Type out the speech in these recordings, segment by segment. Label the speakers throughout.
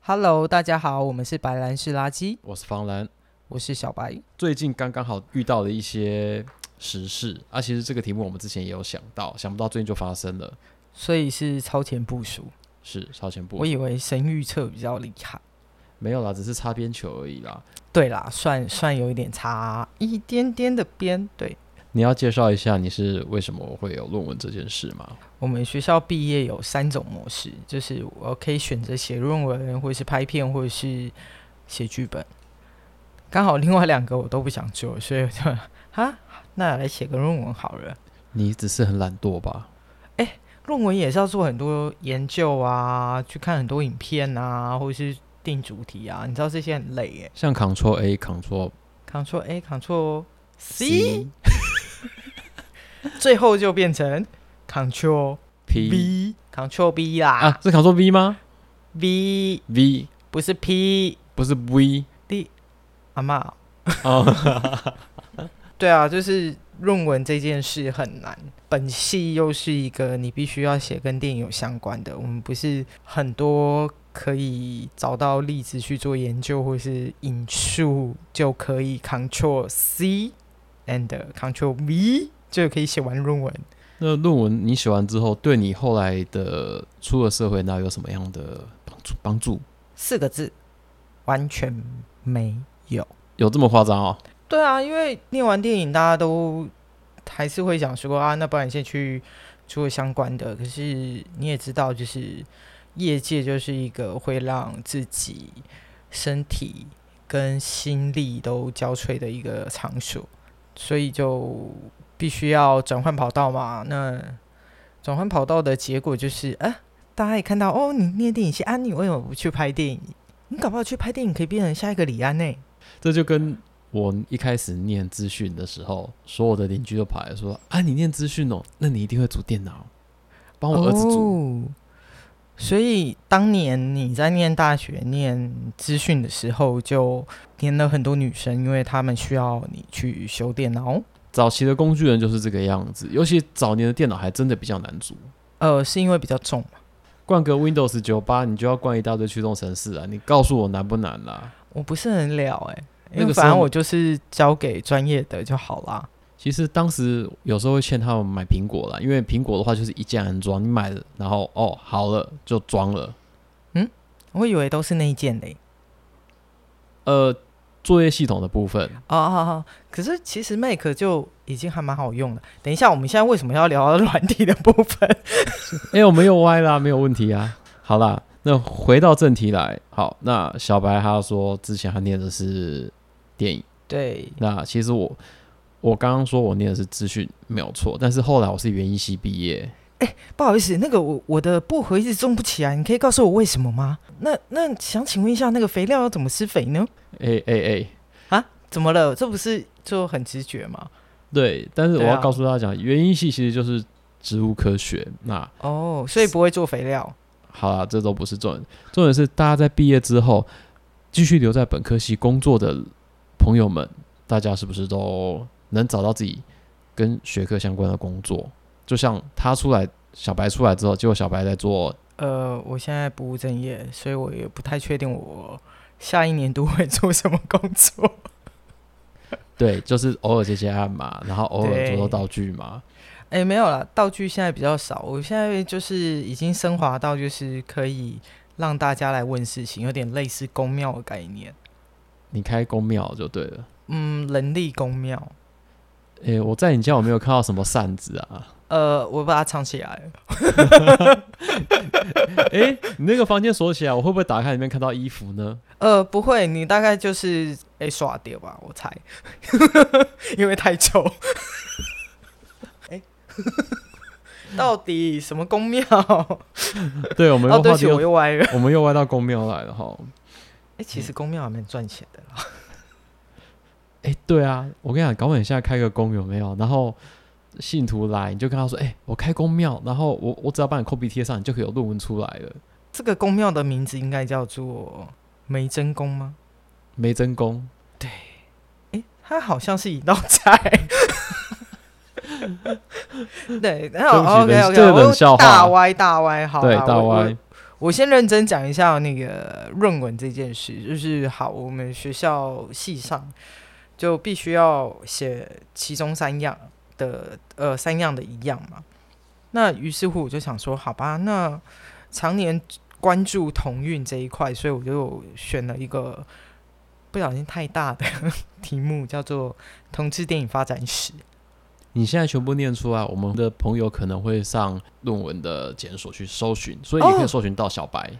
Speaker 1: Hello，大家好，我们是白兰氏垃圾，
Speaker 2: 我是方兰。
Speaker 1: 我是小白。
Speaker 2: 最近刚刚好遇到了一些时事啊，其实这个题目我们之前也有想到，想不到最近就发生了，
Speaker 1: 所以是超前部署，
Speaker 2: 是超前部
Speaker 1: 我以为神预测比较厉害。
Speaker 2: 没有啦，只是擦边球而已啦。
Speaker 1: 对啦，算算有一点差一点点的边。对
Speaker 2: 你要介绍一下你是为什么会有论文这件事吗？
Speaker 1: 我们学校毕业有三种模式，就是我可以选择写论文，或是拍片，或者是写剧本。刚好另外两个我都不想做，所以我就啊，那来写个论文好了。
Speaker 2: 你只是很懒惰吧？
Speaker 1: 论文也是要做很多研究啊，去看很多影片啊，或者是定主题啊，你知道这些很累耶。
Speaker 2: 像 Ctrl A、Ctrl
Speaker 1: Ctrl A Ctrl C，
Speaker 2: C、
Speaker 1: 最后就变成 Ctrl
Speaker 2: P
Speaker 1: V Ctrl V 啦、
Speaker 2: 啊，是 Ctrl V 吗
Speaker 1: v
Speaker 2: ？V
Speaker 1: 不是 P，
Speaker 2: 不是 V
Speaker 1: 阿妈。
Speaker 2: 哦，
Speaker 1: 对啊，就是论文这件事很难，本系又是一个你必须要写跟电影有相关的，我们不是很多可以找到例子去做研究或是引述就可以 Ctrl C and Ctrl V 就可以写完论文。
Speaker 2: 那论文你写完之后，对你后来的出了社会那有什么样的帮助？帮助
Speaker 1: 四个字，完全没有。
Speaker 2: 有这么夸张哦？
Speaker 1: 对啊，因为念完电影，大家都还是会想说啊，那不然你先去做相关的。可是你也知道，就是业界就是一个会让自己身体跟心力都交瘁的一个场所，所以就必须要转换跑道嘛。那转换跑道的结果就是，啊，大家也看到哦，你念电影系啊，你为什么不去拍电影？你搞不好去拍电影可以变成下一个李安呢、
Speaker 2: 这就跟我一开始念资讯的时候，所有的邻居都跑来说：“啊，你念资讯哦，那你一定会组电脑，帮我儿子
Speaker 1: 哦。
Speaker 2: 组。
Speaker 1: 所以当年你在念大学、念资讯的时候，就连了很多女生，因为她们需要你去修电脑。
Speaker 2: 早期的工具人就是这个样子，尤其早年的电脑还真的比较难组，
Speaker 1: 呃，是因为比较重嘛。
Speaker 2: 灌个 Windows 九八，你就要灌一大堆驱动程式啊！你告诉我难不难啦、
Speaker 1: 我不是很了哎、
Speaker 2: 那
Speaker 1: 因为
Speaker 2: 个时候
Speaker 1: 反正我就是交给专业的就好啦。
Speaker 2: 其实当时有时候会劝他们买苹果啦，因为苹果的话就是一键安装，你买了，然后哦好了就装了。
Speaker 1: 我以为都是那一件嘞。
Speaker 2: 呃，作业系统的部分，
Speaker 1: 哦哦哦，可是其实 Mac 就已经还蛮好用的。等一下，我们现在为什么要聊到软体的部分？
Speaker 2: 哎、我没有歪啦，没有问题啊。好啦，那回到正题来。好，那小白他说之前他念的是电影，
Speaker 1: 对，
Speaker 2: 那其实我我刚刚说我念的是资讯没有错，但是后来我是园艺系毕业，
Speaker 1: 不好意思，那个我我的薄荷一直种不起来，你可以告诉我为什么吗？那那想请问一下，那个肥料要怎么施肥呢？
Speaker 2: 哎哎哎，
Speaker 1: 怎么了？这不是就很直觉吗？
Speaker 2: 对，但是我
Speaker 1: 对
Speaker 2: 要
Speaker 1: 啊
Speaker 2: 告诉大家讲，园艺系其实就是植物科学。那
Speaker 1: 哦，所以不会做肥料。
Speaker 2: 好啦，这都不是重点，重点是大家在毕业之后继续留在本科系工作的朋友们，大家是不是都能找到自己跟学科相关的工作？就像他出来，小白出来之后，结果小白在做，
Speaker 1: 呃，我现在不务正业，所以我也不太确定我下一年度会做什么工作。
Speaker 2: 对，就是偶尔接接案嘛，然后偶尔
Speaker 1: 对
Speaker 2: 做做道具嘛。
Speaker 1: 哎，没有啦，道具现在比较少，我现在就是已经升华到就是可以让大家来问事情，有点类似公庙的概念。
Speaker 2: 你开公庙就对了。
Speaker 1: 嗯，人力公庙。
Speaker 2: 诶、我在你家我没有看到什么扇子啊。
Speaker 1: 呃，我把它藏起来了。
Speaker 2: 诶、你那个房间锁起来，我会不会打开里面看到衣服呢？
Speaker 1: 呃，不会，你大概就是哎、耍掉吧，我猜， 因为太丑。哎、 到底什么宫庙？哦，
Speaker 2: 对，我们又
Speaker 1: 对
Speaker 2: 话
Speaker 1: 不
Speaker 2: 题
Speaker 1: 起，
Speaker 2: 又、
Speaker 1: 我又歪了。
Speaker 2: 我们又歪到公庙来了哈。
Speaker 1: 哎、其
Speaker 2: 嗯
Speaker 1: 实宫庙还蛮赚钱的啦。
Speaker 2: 哎、对啊，我跟你讲，搞不好你现在开个公有没有？然后信徒来，你就跟他说，哎、我开公庙，然后我我只要把你 copy 贴上，你就可以有论文出来了。
Speaker 1: 这个宫庙的名字应该叫做梅真宫吗？
Speaker 2: 没真功，
Speaker 1: 哎、它好像是一道菜。 对，然后
Speaker 2: 对不起
Speaker 1: OK
Speaker 2: 这
Speaker 1: OK，
Speaker 2: 个冷
Speaker 1: 我哦
Speaker 2: 笑话
Speaker 1: 大歪大歪，好啦，啊
Speaker 2: 对，
Speaker 1: 我
Speaker 2: 大
Speaker 1: 我
Speaker 2: 歪，
Speaker 1: 我先认真讲一下那个论文这件事，就是好，我们学校系上就必须要写其中三样的，呃，三样的一样嘛。那于是乎我就想说，好吧，那常年关注同运这一块，所以我就选了一个不小心太大的 题目，叫做“同志电影发展史”。
Speaker 2: 你现在全部念出来，我们的朋友可能会上论文的检索去搜寻，所以你可以
Speaker 1: 哦
Speaker 2: 搜寻到小白。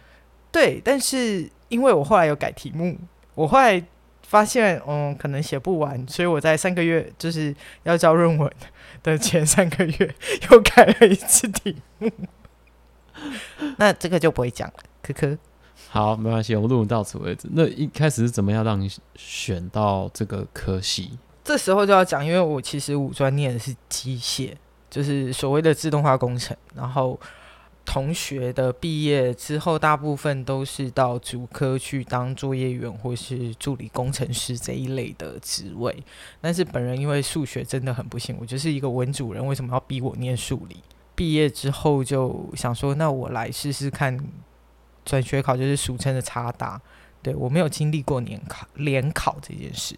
Speaker 1: 对，但是因为我后来有改题目，我后来发现，嗯，可能写不完，所以我在三个月就是要交论文的前三个月 又改了一次题目。那这个就不会讲了，科科。
Speaker 2: 好，没关系，我们论文到此为止。那一开始是怎么样让你选到这个科系？
Speaker 1: 这时候就要讲，因为我其实五专念的是机械，就是所谓的自动化工程。然后同学的毕业之后，大部分都是到主科去当作业员或是助理工程师这一类的职位。但是本人因为数学真的很不行，我就是一个文主人，为什么要逼我念数理？毕业之后就想说，那我来试试看转学考，就是俗称的插大。对我没有经历过年考联考这件事。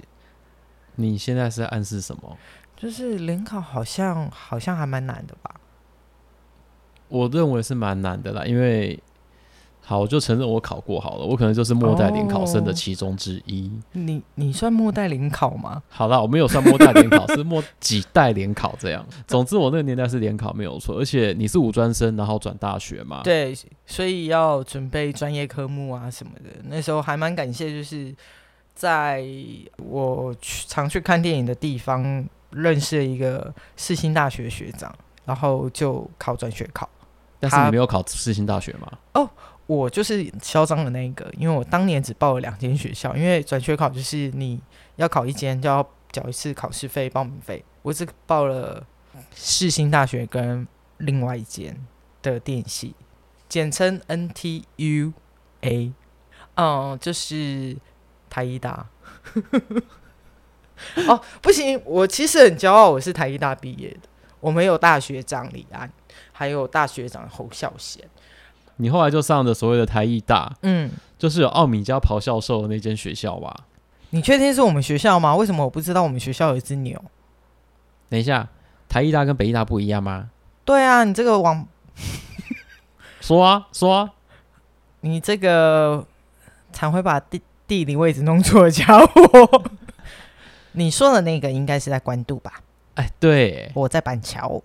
Speaker 2: 你现在是在暗示什么？
Speaker 1: 就是联考好像好像还蛮难的吧？
Speaker 2: 我认为是蛮难的啦，因为好，我就承认我考过好了，我可能就是末代联考生的
Speaker 1: 哦
Speaker 2: 其中之一。
Speaker 1: 你你算末代联考吗？
Speaker 2: 好啦，我没有算末代联考，是末几代联考 这样。总之，我那个年代是联考没有错，而且你是五专生，然后转大学嘛，，
Speaker 1: 对，所以要准备专业科目啊什么的。那时候还蛮感谢，就是在我去常去看电影的地方认识了一个世新大学学长，然后就考转学考。
Speaker 2: 但是
Speaker 1: 他
Speaker 2: 你没有考世新大学嘛？
Speaker 1: 我就是嚣张的那一个，因为我当年只报了两间学校，因为转学考就是你要考一间就要缴一次考试费、报名费，我只报了世新大学跟另外一间的电系，简称 NTUA，嗯，就是台医大。 哦，不行，我其实很骄傲，我是台医大毕业的，我们有大学长李安，还有大学长侯孝贤，
Speaker 2: 你后来就上的所谓的台艺大，
Speaker 1: 嗯。
Speaker 2: 就是有奥米加咆哮兽的那间学校吧？
Speaker 1: 你确定是我们学校吗？为什么我不知道我们学校有一只牛？
Speaker 2: 等一下，台艺大跟北艺大不一样吗？
Speaker 1: 对啊，你这个网，
Speaker 2: 说啊说啊，
Speaker 1: 你这个常会把地地理位置弄错的家伙。 你说的那个应该是在关渡吧？，
Speaker 2: 哎，对
Speaker 1: 我在板桥。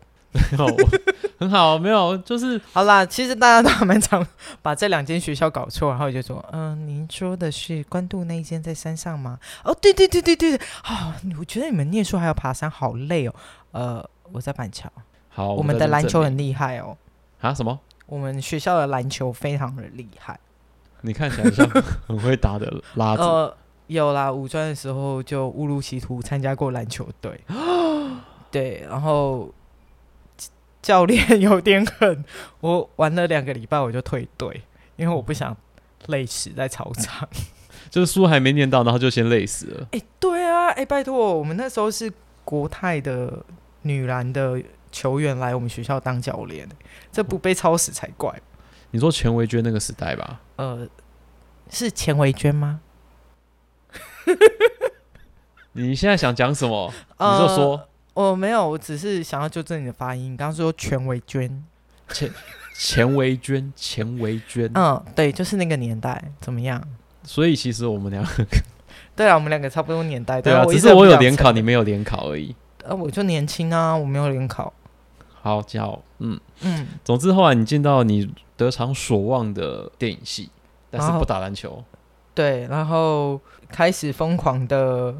Speaker 1: 哦
Speaker 2: 很好，没有，就是
Speaker 1: 好啦，其实大家都还蛮常把这两间学校搞错，然后就说，嗯、您说的是关渡那一间在山上吗？哦，对对对对对对，啊、我觉得你们念书还要爬山，好累哦。呃，我在板桥，
Speaker 2: 好，
Speaker 1: 我们
Speaker 2: 哦在欸
Speaker 1: 的篮
Speaker 2: 这
Speaker 1: 球
Speaker 2: 证
Speaker 1: 很厉害哦，
Speaker 2: 明啊什么？
Speaker 1: 我们学校的篮球非常的厉害。
Speaker 2: 你看起 来像很会打的拉子，
Speaker 1: 呃，有啦，五专的时候就误入歧途参加过篮球 队，对，然后教练有点狠，我玩了两个礼拜我就退队，因为我不想累死在操 场。
Speaker 2: 就是书还没念到，然后就先累死了。
Speaker 1: 哎、对啊，哎、拜托，我们那时候是国泰的女篮的球员来我们学校当教练，这不被超死才怪。
Speaker 2: 你说钱维娟那个时代吧？
Speaker 1: 呃，是钱维娟吗？
Speaker 2: 你现在想讲什么？你就说
Speaker 1: 呃，我没有，我只是想要纠正你的发音。你刚刚说钱维娟。
Speaker 2: 钱维娟，钱维娟。
Speaker 1: 嗯，对，就是那个年代，怎么样？
Speaker 2: 所以其实我们俩
Speaker 1: 对啊，我们两个差不多年代，
Speaker 2: 对
Speaker 1: 但
Speaker 2: 啊，
Speaker 1: 一
Speaker 2: 只
Speaker 1: 直
Speaker 2: 是
Speaker 1: 很
Speaker 2: 我
Speaker 1: 不
Speaker 2: 有
Speaker 1: 想
Speaker 2: 联
Speaker 1: 承
Speaker 2: 考，
Speaker 1: 认
Speaker 2: 你，没有联考而已。
Speaker 1: 呃，我就年轻啊，我没有联考，
Speaker 2: 好，好，嗯，
Speaker 1: 嗯，
Speaker 2: 总之后来你进到你得偿所望的电影系，但是
Speaker 1: 然后
Speaker 2: 不打篮球。
Speaker 1: 对，然后开始疯狂的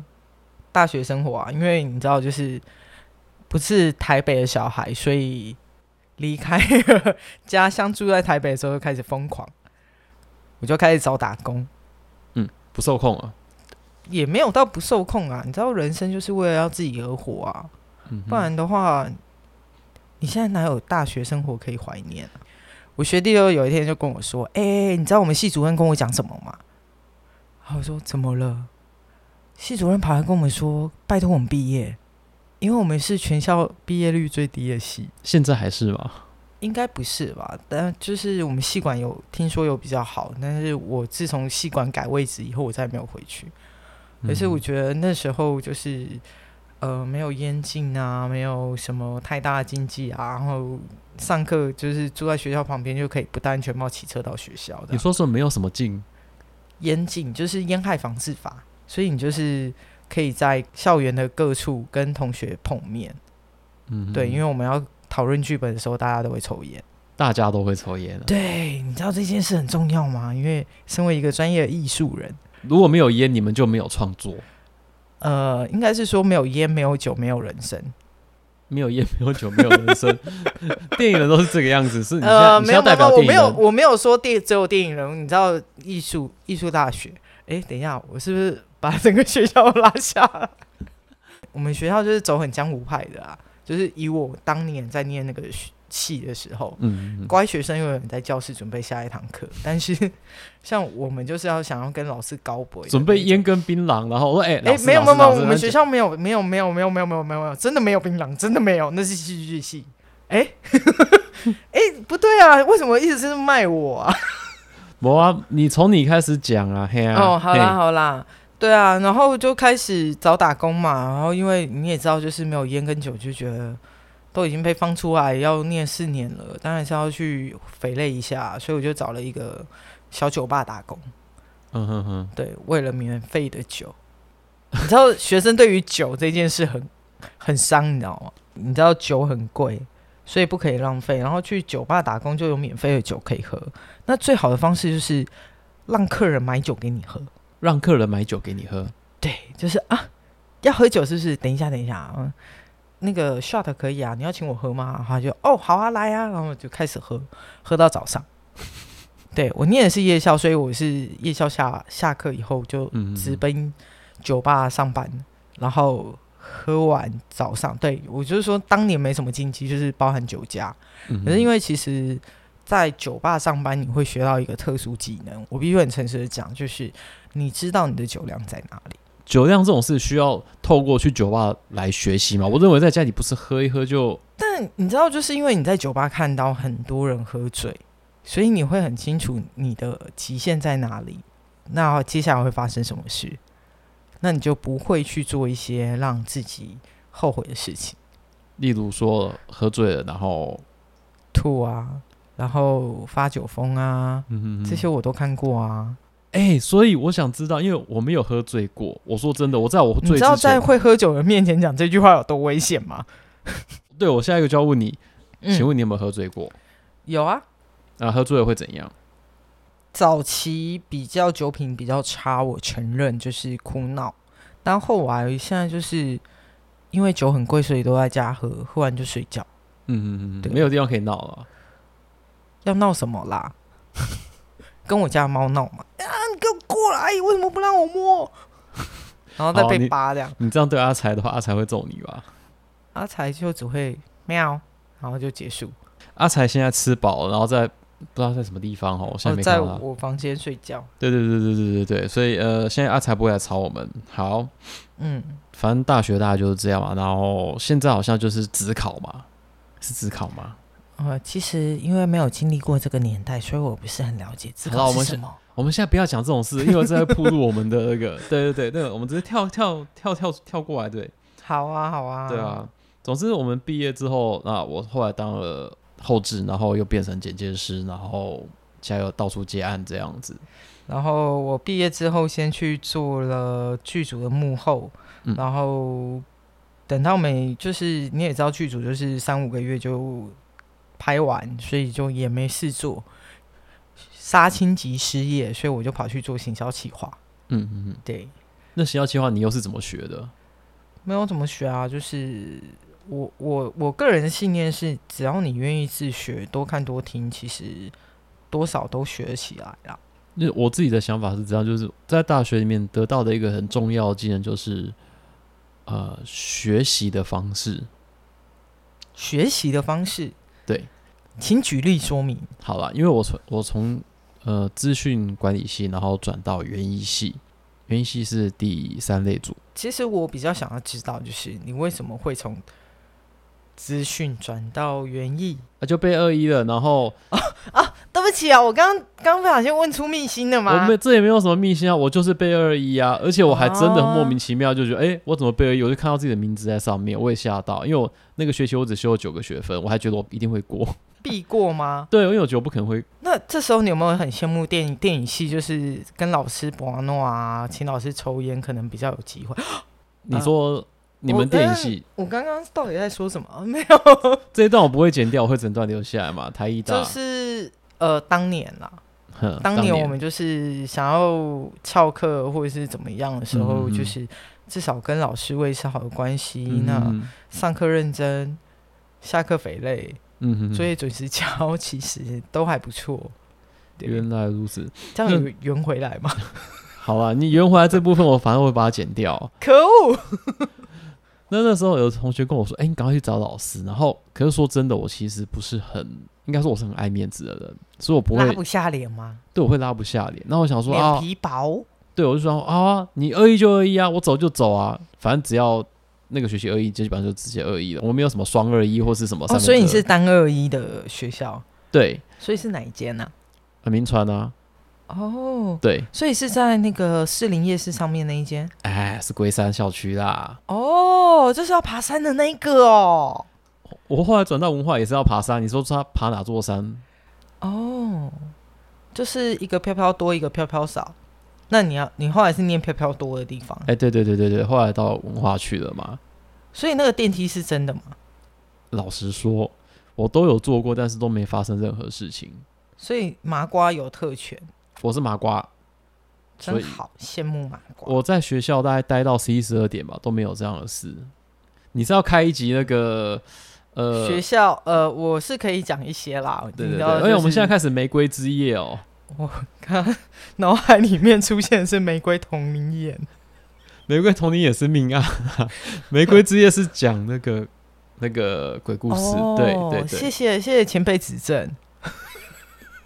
Speaker 1: 大学生活啊，因为你知道，就是不是台北的小孩，所以离开 家乡住在台北的时候就开始疯狂，我就开始找打工，
Speaker 2: 不受控啊。
Speaker 1: 也没有到不受控啊，你知道，人生就是为了要自己而活啊，
Speaker 2: 嗯哼
Speaker 1: 不然的话，你现在哪有大学生活可以怀念啊、我学弟就有一天就跟我说：“哎、你知道我们系主任跟我讲什么吗？”然后我说：“怎么了？”系主任跑来跟我们说：“拜托我们毕业，因为我们是全校毕业率最低的系。
Speaker 2: 现在还是吗？”
Speaker 1: 应该不是吧？但就是我们系馆有听说有比较好，但是我自从系馆改位置以后，我再也没有回去。可
Speaker 2: 嗯
Speaker 1: 是我觉得那时候就是呃，没有烟禁啊，没有什么太大的禁忌啊，然后上课就是住在学校旁边就可以不戴安全帽骑车到学校的
Speaker 2: 你。说说没有什么劲，
Speaker 1: 烟禁就是烟害防治法，所以你就是可以在校园的各处跟同学碰面。
Speaker 2: 嗯哼，
Speaker 1: 对，因为我们要讨论剧本的时候，大家都会抽烟。
Speaker 2: 大家都会抽烟、啊，
Speaker 1: 对，你知道这件事很重要吗？因为身为一个专业的艺术人，
Speaker 2: 如果没有烟，你们就没有创作，
Speaker 1: 呃，应该是说没有烟、没有酒、没有人生。
Speaker 2: 没有烟，没有酒，没有 人生，电影人都是这个样子，是你现在、
Speaker 1: 呃，
Speaker 2: 你
Speaker 1: 没
Speaker 2: 现
Speaker 1: 有，
Speaker 2: 在
Speaker 1: 没
Speaker 2: 代
Speaker 1: 有，
Speaker 2: 表
Speaker 1: 我
Speaker 2: 电影
Speaker 1: 没有，
Speaker 2: 人，
Speaker 1: 我没有说电只有电影人，你知道艺术艺术大学？诶，等一下，我是不是把整个学校拉下来？ 我们学校就是走很江湖派的啊，就是以我当年在念那个学系的时候，
Speaker 2: 嗯，嗯
Speaker 1: 乖学生永远在教室准备下一堂课，但是 像我们就是要想要跟老师高博，
Speaker 2: 嗯准备烟。跟槟榔，然后我说哎，
Speaker 1: 哎、
Speaker 2: 老师
Speaker 1: 没有没有没有，我们学，校
Speaker 2: 校
Speaker 1: 没有没有没有没有没有没有没有没有，真的没有槟榔，真的没有，那是戏剧系。哎、 哎、不对啊，为什么一直是卖我啊？
Speaker 2: 我啊，你从你开始讲啊，嘿啊，
Speaker 1: 哦，好啦
Speaker 2: 嘿，
Speaker 1: 好啦，对啊，然后就开始找打工嘛，然后因为你也知道，就是没有烟跟酒，就觉得都已经被放出来要念四年了，当然是要去肥累一下，所以我就找了一个小酒吧打工，
Speaker 2: 嗯哼哼，
Speaker 1: 对，为了免费的酒。 你知道学生对于酒这件事很很伤，你知道吗？你知道酒很贵，所以不可以浪费。然后去酒吧打工就有免费的酒可以喝，那最好的方式就是让客人买酒给你喝。
Speaker 2: 让客人买酒给你喝，
Speaker 1: 对，就是啊，要喝酒是不是？等一下，等一下，嗯，那个 shot 可以啊，你要请我喝吗？然后他就哦，好啊，来啊，然后就开始喝，喝到早上。对我念的是夜校，所以我是夜校下下课以后就
Speaker 2: 嗯，嗯
Speaker 1: 直
Speaker 2: 嗯
Speaker 1: 奔酒吧上班，然后喝完早上。对我就是说，当年没什么禁忌，就是包含酒驾。
Speaker 2: 嗯
Speaker 1: 可是因
Speaker 2: 为
Speaker 1: 为其实，在酒吧上班，你会学到一个特殊技能。我必须很诚实的讲，就是你知道你的酒量在哪里。
Speaker 2: 酒量这种事需要透过去酒吧来学习嘛，我认为在家里不是喝一喝就
Speaker 1: 但你知道，就是因为你在酒吧看到很多人喝醉，所以你会很清楚你的极限在哪里。那接下来会发生什么事？那你就不会去做一些让自己后悔的事情，
Speaker 2: 例如说喝醉了，然后
Speaker 1: 吐啊，然后发酒疯啊，
Speaker 2: 嗯
Speaker 1: 这些我都看过啊。
Speaker 2: 哎、所以我想知道，因为我没有喝醉过。我说真的，我在我
Speaker 1: 你
Speaker 2: 醉
Speaker 1: 知
Speaker 2: 之
Speaker 1: 道在
Speaker 2: 前，
Speaker 1: 会喝酒的面前讲这句话有多危险吗？
Speaker 2: 对我下一个就要问你，
Speaker 1: 嗯
Speaker 2: 请问你有没有喝醉过？
Speaker 1: 有啊，
Speaker 2: 啊，喝醉了会怎样？
Speaker 1: 早期比较酒品比较差，我承认就是哭闹，但后来现在就是因为酒很贵，所以都在家喝，喝完就睡觉。
Speaker 2: 嗯嗯
Speaker 1: 对
Speaker 2: 嗯，没有地方可以闹了。
Speaker 1: 要闹什么啦？ 跟我家的猫闹嘛？啊，你给我过来！为什么不让我摸？ 然后再
Speaker 2: 哦
Speaker 1: 被
Speaker 2: 你
Speaker 1: 扒这样，
Speaker 2: 你这样对阿才的话，阿才会揍你吧？
Speaker 1: 阿才就只会喵，然后就结束。
Speaker 2: 阿才现在吃饱了，然后在不知道在什么地方哦，我现
Speaker 1: 我
Speaker 2: 在没
Speaker 1: 在
Speaker 2: 看到他。
Speaker 1: 我房间睡觉。
Speaker 2: 对对对对对对对，所以呃，现在阿才不会来吵我们。好，
Speaker 1: 嗯，
Speaker 2: 反正大学大家就是这样嘛。然后现在好像就是只考嘛，是只考吗？
Speaker 1: 呃，其实因为没有经历过这个年代，所以我不是很了解自
Speaker 2: 好啦
Speaker 1: 考
Speaker 2: 我
Speaker 1: 是
Speaker 2: 们
Speaker 1: 什
Speaker 2: 是
Speaker 1: 么。
Speaker 2: 我们现在不要讲这种事，因为这会暴露我们的那个，对对对，那个我们直接跳跳跳跳跳过来，对
Speaker 1: 好啊，好啊，
Speaker 2: 对啊。总之，我们毕业之后，那我后来当了后置，然后又变成剪接师，然后现在又到处接案这样子。
Speaker 1: 然后我毕业之后，先去做了剧组的幕后，
Speaker 2: 嗯
Speaker 1: 然后等到每就是你也知道，剧组就是三五个月就拍完，所以就也没事做，杀青即失业，所以我就跑去做行销企划。
Speaker 2: 嗯嗯嗯。
Speaker 1: 对，
Speaker 2: 那行销计划你又是怎么学的？
Speaker 1: 没有怎么学啊，就是我我我个人的信念是，只要你愿意自学，多看多听，其实多少都学得起来啦。
Speaker 2: 那我自己的想法是这样，就是在大学里面得到的一个很重要的技能就是，呃，学习的方式。
Speaker 1: 学习的方式，
Speaker 2: 对，
Speaker 1: 请举例说明。
Speaker 2: 好啦，因为我从我从呃资讯管理系，然后转到园艺系，园艺系是第三类组。
Speaker 1: 其实我比较想要知道，就是你为什么会从资讯转到园艺。
Speaker 2: 啊就被二一了，然后
Speaker 1: 对不起啊，我刚刚不小心问出秘辛了
Speaker 2: 我
Speaker 1: 吗？
Speaker 2: 们这也没有什么秘辛啊，我就是被二一啊，而且我还真的
Speaker 1: 哦
Speaker 2: 莫名其妙就觉得，哎、我怎么被二一？我就看到自己的名字在上面，我也吓到，因为我那个学期我只修了九个学分，我还觉得我一定会过，
Speaker 1: 必过吗？
Speaker 2: 对，因为我觉得我不可能会
Speaker 1: 那这时候你有没有很羡慕电影电影系，就是跟老师博诺啊，请老师抽烟，可能比较有机会。
Speaker 2: 你说、你们电影系
Speaker 1: 我刚刚到底在说什么？ 没有，
Speaker 2: 这一段我不会剪掉，我会整段留下来嘛？台艺大，
Speaker 1: 就是呃，当年啦，
Speaker 2: 哼
Speaker 1: 当年我们就是想要翘课或者是怎么样的时候，
Speaker 2: 嗯嗯嗯
Speaker 1: 就是至少跟老师维持好的关系。
Speaker 2: 嗯
Speaker 1: 那
Speaker 2: 嗯
Speaker 1: 上课认真，下课肥累，
Speaker 2: 嗯哼
Speaker 1: 作业准时交，其实都还不错。对，
Speaker 2: 原来如此。
Speaker 1: 这样有圆回来吗？
Speaker 2: 好了，你圆回来这部分，我反正会把它剪掉。
Speaker 1: 可恶！
Speaker 2: 那那时候有同学跟我说：“哎、你赶快去找老师。”然后，可是说真的，我其实不是很，应该说我是很爱面子的人，所以我不
Speaker 1: 拉
Speaker 2: 会
Speaker 1: 不下脸吗？
Speaker 2: 对我会拉不下脸。那我想 说
Speaker 1: 脸
Speaker 2: 啊，
Speaker 1: 皮薄，
Speaker 2: 对我就说啊，你恶意就恶意啊，我走就走啊，反正只要那个学期恶意，基本上就直接恶意了。我没有什么双恶意或是什么三
Speaker 1: 哦，
Speaker 2: 分之
Speaker 1: 所
Speaker 2: 二、
Speaker 1: 以你是单二一的学校，
Speaker 2: 对
Speaker 1: 所以是哪一间啊呢、
Speaker 2: 很名传啊，
Speaker 1: 啊？哦，
Speaker 2: 对，
Speaker 1: 所以是在那个士林夜市上面那一间。
Speaker 2: 哎，是龟山校区啦。
Speaker 1: 哦，就是要爬山的那一个哦。
Speaker 2: 我后来转到文化也是要爬山，你说他爬哪座山？
Speaker 1: 哦，就是一个飘飘多，一个飘飘少。那你要，你后来是念飘飘多的地方，
Speaker 2: 哎、对对对对对，后来到文化去了嘛。
Speaker 1: 所以那个电梯是真的吗？
Speaker 2: 老实说，我都有做过，但是都没发生任何事情。
Speaker 1: 所以麻瓜有特权，
Speaker 2: 我是麻瓜，所
Speaker 1: 真
Speaker 2: 以
Speaker 1: 好，羡慕麻瓜。
Speaker 2: 我在学校大概待到十一十二点吧，都没有这样的事。你是要开一集那个呃，
Speaker 1: 学校，呃，我是可以讲一些啦，
Speaker 2: 对
Speaker 1: 你
Speaker 2: 对
Speaker 1: 知
Speaker 2: 对，
Speaker 1: 道
Speaker 2: 而且我们现
Speaker 1: 就
Speaker 2: 在
Speaker 1: 是
Speaker 2: 开始玫瑰之 夜哦，
Speaker 1: 看， 脑海里面出现的是玫瑰同林眼，
Speaker 2: 玫瑰童林也是命案、 啊，玫瑰之夜是讲那个 那个鬼故事，
Speaker 1: 哦
Speaker 2: 对
Speaker 1: 谢
Speaker 2: 对对，
Speaker 1: 谢谢谢前辈指正，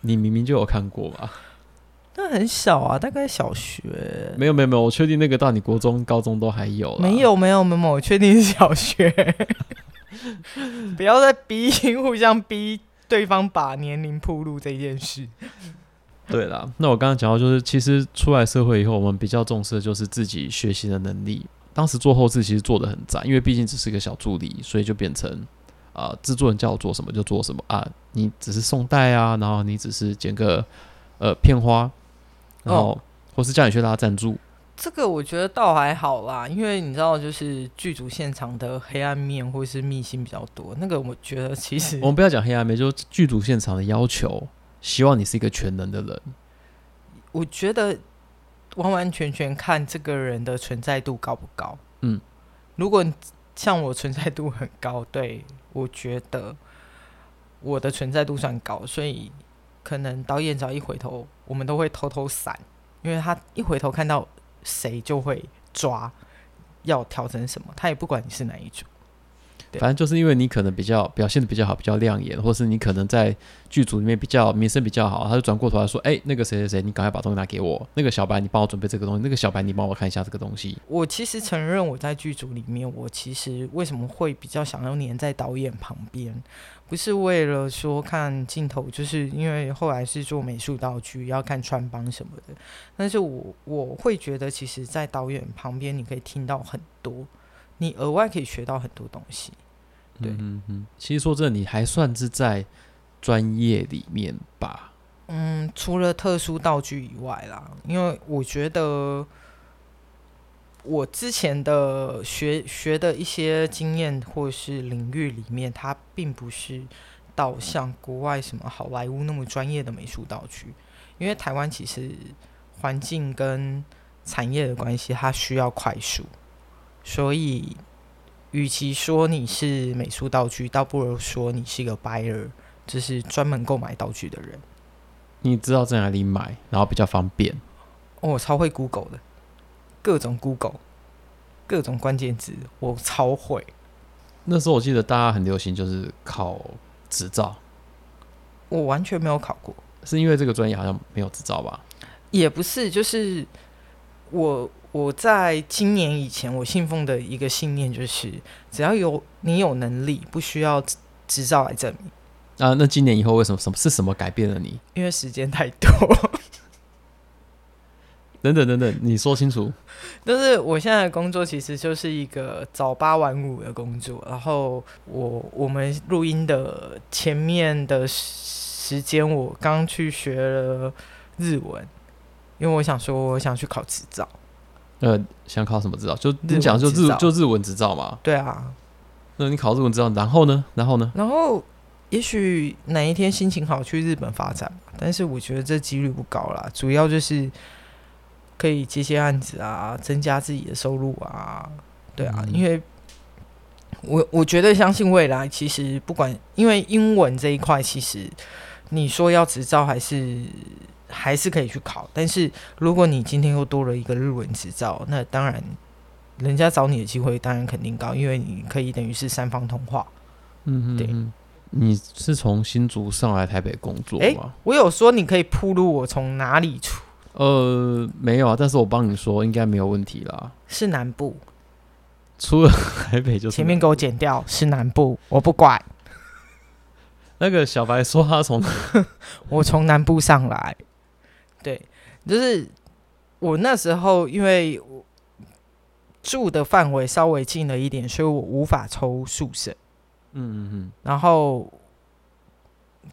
Speaker 2: 你明明就有看过吧？
Speaker 1: 那很小啊，大概小学，
Speaker 2: 没有没有没有，我确定那个到你国中、高中都还有啦
Speaker 1: 没有没有没有，我确定是小 学。不要再逼，互相逼对方把年龄铺路这件事。
Speaker 2: 对啦，那我刚刚讲到，就是其实出来社会以后，我们比较重视的就是自己学习的能力。当时做后置其实做的很杂，因为毕竟只是一个小助理，所以就变成啊、制作人叫我做什么就做什么啊，你只是送带啊，然后你只是剪个呃片花，然后、或是叫你去拉赞助，
Speaker 1: 这个我觉得倒还好啦，因为你知道，就是剧组现场的黑暗面或是秘辛比较多。那个我觉得其实
Speaker 2: 我们不要讲黑暗面，就是剧组现场的要求，希望你是一个全能的人。
Speaker 1: 我觉得完完全全看这个人的存在度高不高。
Speaker 2: 嗯，
Speaker 1: 如果你像我存在度很高，对我觉得我的存在度算高，所以可能导演只要一回头，我们都会偷偷闪，因为他一回头看到谁就会抓要调整什么，他也不管你是哪一组。对
Speaker 2: 反正就是因为你可能比较表现的比较好，比较亮眼，或是你可能在剧组里面比较名声比较好，他就转过头来说：“哎、那个谁谁谁，你赶快把东西拿给我。那个小白，你帮我准备这个东西。那个小白，你帮我看一下这个东西。
Speaker 1: 我其实承认我在剧组里面，我其实为什么会比较想要黏在导演旁边，不是为了说看镜头，就是因为后来是做美术道具，要看穿帮什么的。但是我我会觉得，其实，在导演旁边，你可以听到很多，你额外可以学到很多东西。对
Speaker 2: 嗯嗯。其实说真的，你还算是在专业里面吧。
Speaker 1: 嗯，除了特殊道具以外啦，因为我觉得我之前的学学的一些经验或是领域里面，它并不是到像国外什么好莱坞那么专业的美术道具，因为台湾其实环境跟产业的关系，它需要快速，所以与其说你是美术道具，倒不如说你是一个 buyer，就是专门购买道具的人。
Speaker 2: 你知道在哪里买，然后比较方便。
Speaker 1: 哦，我超会 Google 的，各种 Google，各种关键字，我超会。
Speaker 2: 那时候我记得大家很流行就是考执照，
Speaker 1: 我完全没有考过，
Speaker 2: 是因为这个专业好像没有执照吧？
Speaker 1: 也不是，就是我我在今年以前，我信奉的一个信念就是，只要有你有能力，不需要执执照来证明，
Speaker 2: 啊，那今年以后为什么什么是什么改变了你？
Speaker 1: 因为时间太多。
Speaker 2: 等等等等，你说清楚。
Speaker 1: 就是我现在的工作其实就是一个早八晚五的工作，然后我我们录音的前面的时间，我刚去学了日文，因为我想说我想去考执照。
Speaker 2: 呃，想考什么执照？就
Speaker 1: 日
Speaker 2: 你
Speaker 1: 文
Speaker 2: 讲就
Speaker 1: 执
Speaker 2: 日
Speaker 1: 照
Speaker 2: 就日文执照嘛。
Speaker 1: 对啊，
Speaker 2: 那你考日文执照，然后呢？然后呢？
Speaker 1: 然后也许哪一天心情好去日本发展，但是我觉得这几率不高啦。主要就是可以接些案子啊，增加自己的收入啊，对啊，
Speaker 2: 嗯
Speaker 1: 因为我我绝对相信未来，其实不管因为英文这一块，其实你说要执照还是。还是可以去考，但是如果你今天又多了一个日文执照，那当然，人家找你的机会当然肯定高，因为你可以等于是三方通话。
Speaker 2: 嗯嗯
Speaker 1: 对
Speaker 2: 嗯。你是从新竹上来台北工作
Speaker 1: 诶
Speaker 2: 吗？
Speaker 1: 我有说你可以铺路，我从哪里出？
Speaker 2: 呃，没有啊，但是我帮你说，应该没有问题啦。
Speaker 1: 是南部，
Speaker 2: 除了 台北就是
Speaker 1: 前面给我剪掉，是南部，我不管，
Speaker 2: 那个小白说他
Speaker 1: 嗯
Speaker 2: 从
Speaker 1: 我从南部上来。对，就是我那时候因为我住的范围稍微近了一点，所以我无法抽宿舍，
Speaker 2: 嗯嗯嗯，
Speaker 1: 然后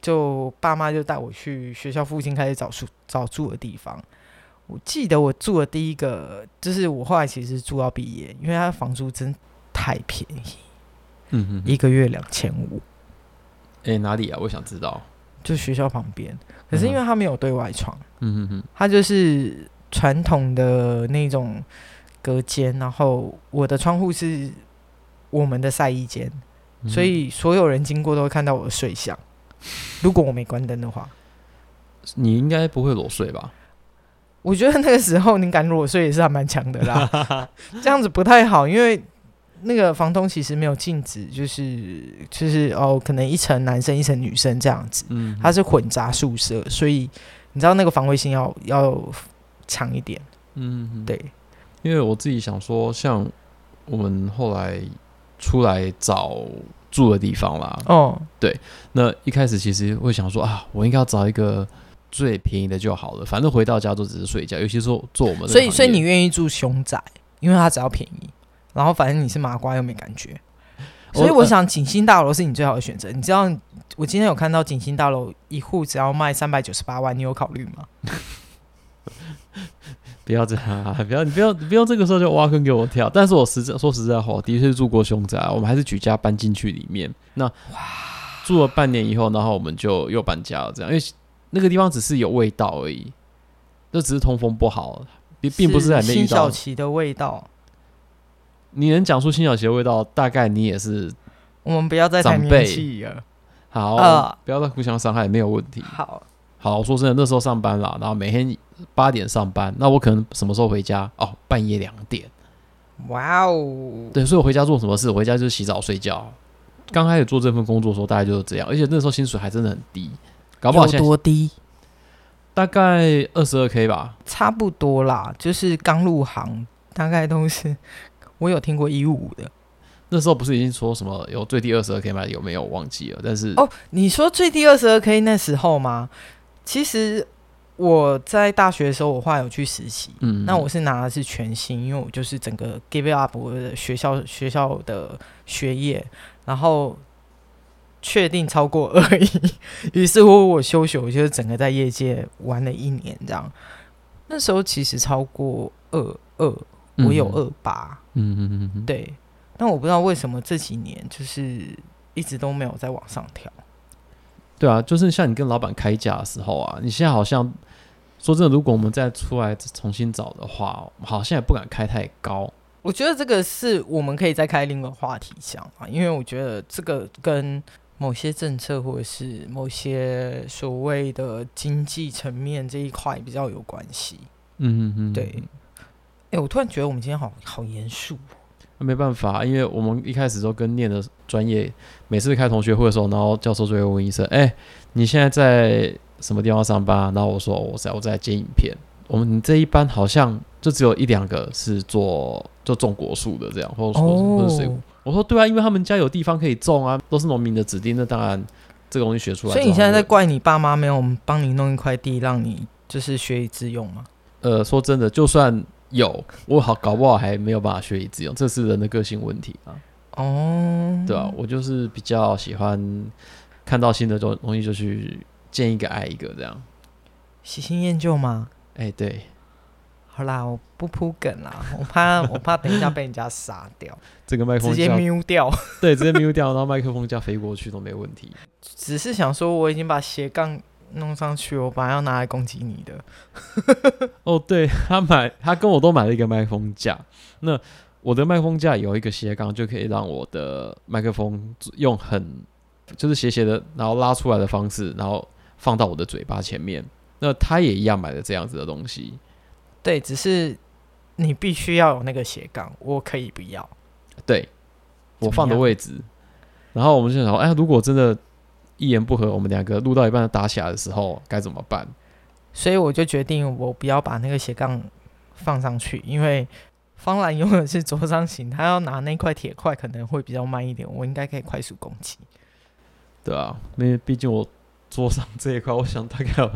Speaker 1: 就爸妈就带我去学校附近开始找宿找住的地方。我记得我住的第一个，就是我后来其实住到毕业，因为他房租真太便宜。
Speaker 2: 嗯嗯，
Speaker 1: 一个月两千五，
Speaker 2: 哎、哪里啊？我想知道。
Speaker 1: 就学校旁边。可是因为它没有对外窗，
Speaker 2: 嗯嗯嗯，
Speaker 1: 它就是传统的那种隔间，然后我的窗户是我们的晒衣间，
Speaker 2: 嗯
Speaker 1: 所以所有人经过都会看到我的睡相。如果我没关灯的话，
Speaker 2: 你应该不会裸睡吧？
Speaker 1: 我觉得那个时候你敢裸睡也是还蛮强的啦，这样子不太好，因为那个房东其实没有禁止，就是就是哦，可能一层男生一层女生这样子，
Speaker 2: 嗯，
Speaker 1: 它是混杂宿舍，所以你知道那个防卫性要要强一点。
Speaker 2: 嗯，嗯，
Speaker 1: 对，
Speaker 2: 因为我自己想说，像我们后来出来找住的地方啦，
Speaker 1: 哦，
Speaker 2: 那一开始其实会想说啊，我应该要找一个最便宜的就好了，反正回到家都只是睡觉，尤其是做做我们这个
Speaker 1: 所以
Speaker 2: 行业
Speaker 1: 所以你愿意住凶宅，因为它只要便宜，然后反正你是麻瓜又没感觉。
Speaker 2: 我
Speaker 1: 所
Speaker 2: 呃
Speaker 1: 以我想，景星大楼是你最好的选择。你知道，我今天有看到景星大楼一户只要卖三百九十八万，你有考虑吗？
Speaker 2: 不要这样 啊！不要，你不要，你不要这个时候就挖坑给我跳。但是我实在说实在话，我的确是住过凶宅啊，我们还是举家搬进去里面。那住了半年以后，然后我们就又搬家了，这样，因为那个地方只是有味道而已，就只是通风不好，并并不是还没遇
Speaker 1: 辛晓
Speaker 2: 到。
Speaker 1: 琪的味道。
Speaker 2: 你能讲出辛晓琪的味道，大概你也是
Speaker 1: 我们不要再谈
Speaker 2: 长辈
Speaker 1: 年纪了。
Speaker 2: 好，
Speaker 1: 呃
Speaker 2: 不要再互相伤害，没有问题。
Speaker 1: 好，
Speaker 2: 好，我说真的，那时候上班啦，然后每天八点上班，那我可能什么时候回家？哦，半夜两点。
Speaker 1: 哇哦，
Speaker 2: 对，所以我回家做什么事？我回家就是洗澡睡觉。刚开始做这份工作的时候，大概就是这样，而且那时候薪水还真的很低，搞不好
Speaker 1: 有
Speaker 2: 现在
Speaker 1: 多低？
Speaker 2: 大概二十二 k 吧。
Speaker 1: 差不多啦，就是刚入行，大概都是我有听过一五五的
Speaker 2: 那时候不是已经说什么有最低二十二 k 吗？有没有我忘记了？但是
Speaker 1: 哦。你说最低二十二 k 那时候吗？其实我在大学的时候，我后来有去实习，
Speaker 2: 嗯，
Speaker 1: 那我是拿的是全薪，因为我就是整个 give up 我的学校学校的学业，然后确定超过二一， 于是乎我休学，我就是整个在业界玩了一年这样。那时候其实超过二二，我有
Speaker 2: 嗯，
Speaker 1: 二八、
Speaker 2: 嗯嗯嗯嗯，对，
Speaker 1: 对，但我不知道为什么这几年就是一直都没有再往上跳。
Speaker 2: 对啊，就是像你跟老板开价的时候啊，你现在好像说真的，如果我们再出来重新找的话，好像也不敢开太高。
Speaker 1: 我觉得这个是我们可以再开另一个话题讲啊，因为我觉得这个跟某些政策或者是某些所谓的经济层面这一块比较有关系。
Speaker 2: 嗯嗯嗯，
Speaker 1: 对，哎、我突然觉得我们今天好好严肃哦，
Speaker 2: 那没办法，因为我们一开始都跟念的专业，每次开同学会的时候，然后教授就会问医生：“哎、你现在在什么地方上班啊？”然后我说：“哦我在我在接影片。”我们你这一班好像就只有一两个是做就种果树的这样，或者说或者水果
Speaker 1: 哦。，
Speaker 2: 我说对啊，因为他们家有地方可以种啊，都是农民的指定，那当然这个东西学出来之
Speaker 1: 所
Speaker 2: 后。
Speaker 1: 以你现在在怪你爸妈没有帮你弄一块地让你就是学以致用吗？
Speaker 2: 呃，说真的，就算有，我好搞不好还没有办法学以致用，这是人的个性问题啊，
Speaker 1: 哦，
Speaker 2: 对吧、啊我就是比较喜欢看到新的东东西就去见一个爱一个这样。
Speaker 1: 喜新厌旧嘛。
Speaker 2: 哎、对，
Speaker 1: 好啦，我不铺梗啦，我怕 我怕等一下被人家杀掉，
Speaker 2: 这个麦克
Speaker 1: 直
Speaker 2: 风
Speaker 1: 接
Speaker 2: 架
Speaker 1: 瞄掉。
Speaker 2: 对，直接 mute 掉，然后麦克风架飞过去都没问题。
Speaker 1: 只是想说，我已经把斜杠弄上去，我本来要拿来攻击你的。
Speaker 2: 哦，对他买，他跟我都买了一个麦克风架。那我的麦克风架有一个斜杠，就可以让我的麦克风用很就是斜斜的，然后拉出来的方式，然后放到我的嘴巴前面。那他也一样买了这样子的东西，
Speaker 1: 对，只是你必须要有那个斜杠，我可以不要。
Speaker 2: 对
Speaker 1: 怎
Speaker 2: 我
Speaker 1: 么
Speaker 2: 放的
Speaker 1: 样
Speaker 2: 位置。然后我们就想说，哎，如果真的，一言不合，我们两个录到一半打起来的时候该怎么办？
Speaker 1: 所以我就决定，我不要把那个斜杠放上去，因为方兰永远是桌上型，他要拿那块铁块可能会比较慢一点，我应该可以快速攻击。
Speaker 2: 对啊，因为毕竟我桌上这一块，我想大概有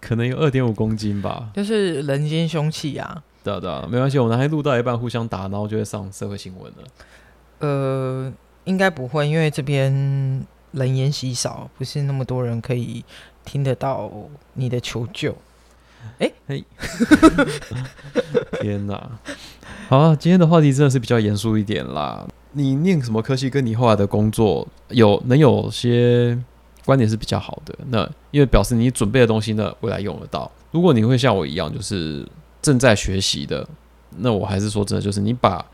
Speaker 2: 可能有二点五公斤吧。
Speaker 1: 就是人间凶器啊，
Speaker 2: 对啊对啊，没关系，我们还录到一半互相打，然后就会上社会新闻了。
Speaker 1: 呃，应该不会，因为这边人烟稀少，不是那么多人可以听得到你的求救。
Speaker 2: 天哪！好啊，今天的话题真的是比较严肃一点啦。你念什么科系，跟你后来的工作有能有些观点是比较好的。那因为表示你准备的东西呢，未来用得到。如果你会像我一样，就是正在学习的，那我还是说真的，就是你把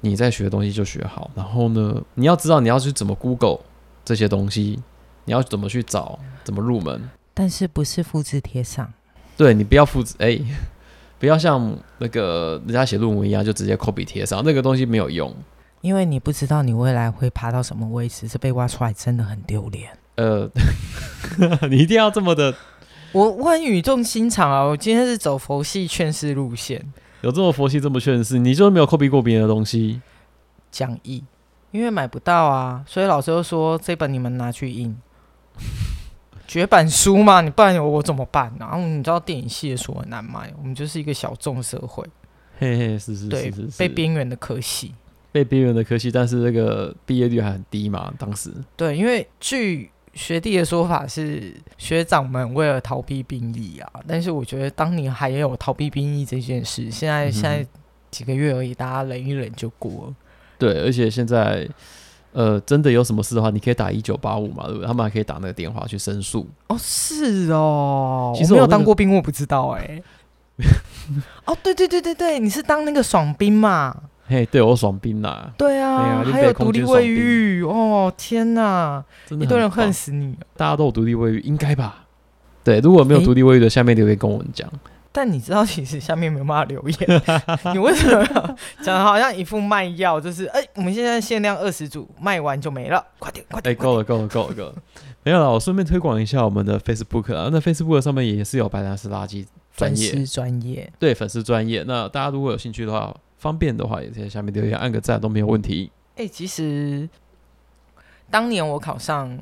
Speaker 2: 你在学的东西就学好，然后呢，你要知道你要去怎么 Google 这些东西，你要怎么去找，怎么入门。
Speaker 1: 但是不是复制贴上？
Speaker 2: 对你不要复制，哎、 不要像那个人家写论文一样，就直接 copy 贴上，那个东西没有用。
Speaker 1: 因为你不知道你未来会爬到什么位置，这被挖出来真的很丢脸。
Speaker 2: 呃， 你一定要这么的，
Speaker 1: 我我很语重心长啊，我今天是走佛系劝世路线，
Speaker 2: 有这么佛系，这么劝世，你就是没有 copy 过别人的东西。
Speaker 1: 讲义，因为买不到啊，所以老师就说这本你们拿去印，绝版书嘛，你不然我怎么办、啊？然后你知道电影系的书很难买，我们就是一个小众社会，
Speaker 2: 嘿嘿，是是
Speaker 1: 对
Speaker 2: 是是是，
Speaker 1: 被边缘的科系。
Speaker 2: 被边缘的科系，但是那个毕业率还很低嘛，当时。
Speaker 1: 对，因为据学弟的说法是，学长们为了逃避兵役啊，但是我觉得当年还有逃避兵役这件事，现在、
Speaker 2: 嗯哼
Speaker 1: 现在几个月而已，大家忍一忍就过了。
Speaker 2: 对，而且现在，呃，真的有什么事的话，你可以打一九八五嘛，对不对？他们还可以打那个电话去申诉。
Speaker 1: 哦，是哦，
Speaker 2: 其实
Speaker 1: 我没
Speaker 2: 我
Speaker 1: 有
Speaker 2: 那
Speaker 1: 当
Speaker 2: 个
Speaker 1: 过兵，我不知道哎、 哦，对对对对对，你是当那个爽兵嘛？
Speaker 2: 嘿，对我爽兵啦，
Speaker 1: 对啊，
Speaker 2: 对啊
Speaker 1: 还
Speaker 2: 林
Speaker 1: 有
Speaker 2: 北空
Speaker 1: 独立
Speaker 2: 军
Speaker 1: 卫
Speaker 2: 爽兵
Speaker 1: 浴哦，天哪，
Speaker 2: 真的
Speaker 1: 一堆人
Speaker 2: 很棒
Speaker 1: 恨死你了。
Speaker 2: 大家都有独立卫浴，应该吧？对，如果没有
Speaker 1: 诶
Speaker 2: 独立卫浴的，下面留言跟我们讲。
Speaker 1: 但你知道，其实下面没有办法留 言，你为什么要讲得好像一副卖药，就是哎、我们现在限量二十组，卖完就没了，快点快
Speaker 2: 哎、
Speaker 1: 点，快
Speaker 2: 够
Speaker 1: 点
Speaker 2: 了，够了，够了，够了。 没有啦，我顺便推广一下我们的 Facebook 啊，那 Facebook 上面也是有白兰氏垃圾专
Speaker 1: 粉
Speaker 2: 业，
Speaker 1: 丝专业，
Speaker 2: 对粉丝专业。那大家如果有兴趣的话，方便的话也可以在下面留言按个赞都没有问题。
Speaker 1: 哎、其实当年我考上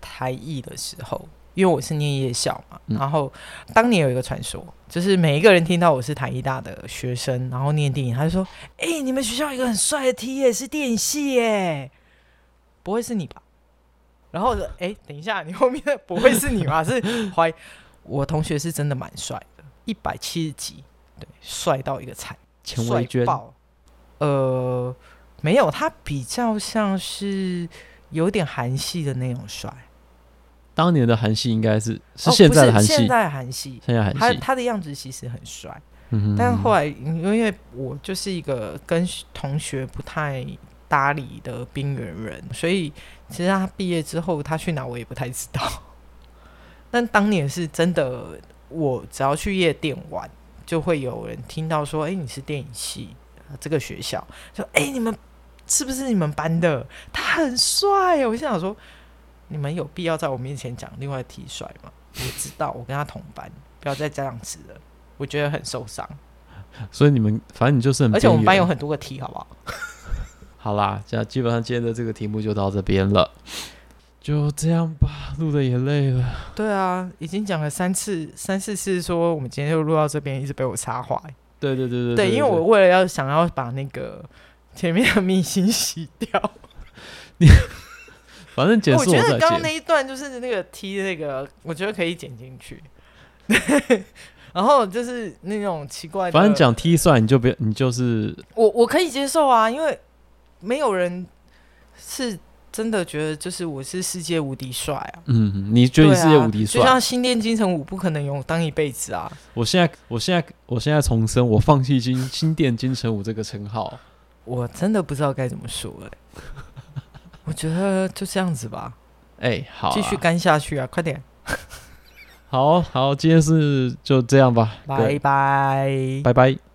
Speaker 1: 台艺的时候，因为我是念夜校嘛，
Speaker 2: 嗯
Speaker 1: 然后当年有一个传说，就是每一个人听到我是台艺大的学生，然后念电影，他就说：“哎、你们学校有一个很帅的 T 耶，是电影系耶，不会是你吧？”然后我说：“哎、等一下，你后面的 不会是你吧？是怀疑我同学是真的蛮帅的，一百七十几，对，帅到一个惨。”
Speaker 2: 钱
Speaker 1: 帅
Speaker 2: 维娟，
Speaker 1: 爆呃，没有，他比较像是有点韩系的那种帅，
Speaker 2: 当年的韩系应该是是
Speaker 1: 哦
Speaker 2: 现
Speaker 1: 不
Speaker 2: 在的韩
Speaker 1: 现
Speaker 2: 系，
Speaker 1: 在的韩系。
Speaker 2: 现在韩
Speaker 1: 他
Speaker 2: 系，
Speaker 1: 他的样子其实很帅，
Speaker 2: 嗯
Speaker 1: 但后
Speaker 2: 来
Speaker 1: 来因为我就是一个跟同学不太搭理的边缘人，所以其实他毕业之后他去哪我也不太知道。 但当年是真的，我只要去夜店玩，就会有人听到说：“哎、你是电影系呃这个学校？”说：“哎、你们是不是你们班的？他很帅哦。”我心想说：“你们有必要在我面前讲另外提帅吗？我知道我跟他同班，不要再这样子了，我觉得很受伤。”
Speaker 2: 嗯所以你们反正你就是很
Speaker 1: 而且我们
Speaker 2: 边
Speaker 1: 班有
Speaker 2: 缘
Speaker 1: 很多个 T，好不好？
Speaker 2: 好啦，这样基本上今天的这个题目就到这边了，就这样吧，录的也累了。
Speaker 1: 对啊，已经讲了三次、三四次，说我们今天就录到这边，一直被我插话欸。
Speaker 2: 对对对对
Speaker 1: 对，因为我为了要想要把那个前面的秘辛洗掉，
Speaker 2: 反正结
Speaker 1: 我
Speaker 2: 束
Speaker 1: 觉得
Speaker 2: 再
Speaker 1: 刚刚
Speaker 2: 剪
Speaker 1: 那。一段就是那个 T 那个，我觉得可以剪进去。 然后就是那种奇怪的，
Speaker 2: 反正讲 T 算你就别你就是
Speaker 1: 我我可以接受啊，因为没有人是真的觉得就是我是世界无敌帅啊，
Speaker 2: 嗯，你觉得你世界无敌
Speaker 1: 对啊就
Speaker 2: 帅、
Speaker 1: 像《新恋金城武》不可能永当一辈子啊。
Speaker 2: 我现在我现在我现在重申，我放弃金新店金城武这个称号。
Speaker 1: 我真的不知道该怎么说哎、 我觉得就这样子吧，
Speaker 2: 哎、好啊、
Speaker 1: 继续干下去啊，快点，
Speaker 2: 好好，今天是就这样吧，各
Speaker 1: 拜
Speaker 2: 位
Speaker 1: 拜。
Speaker 2: 拜拜。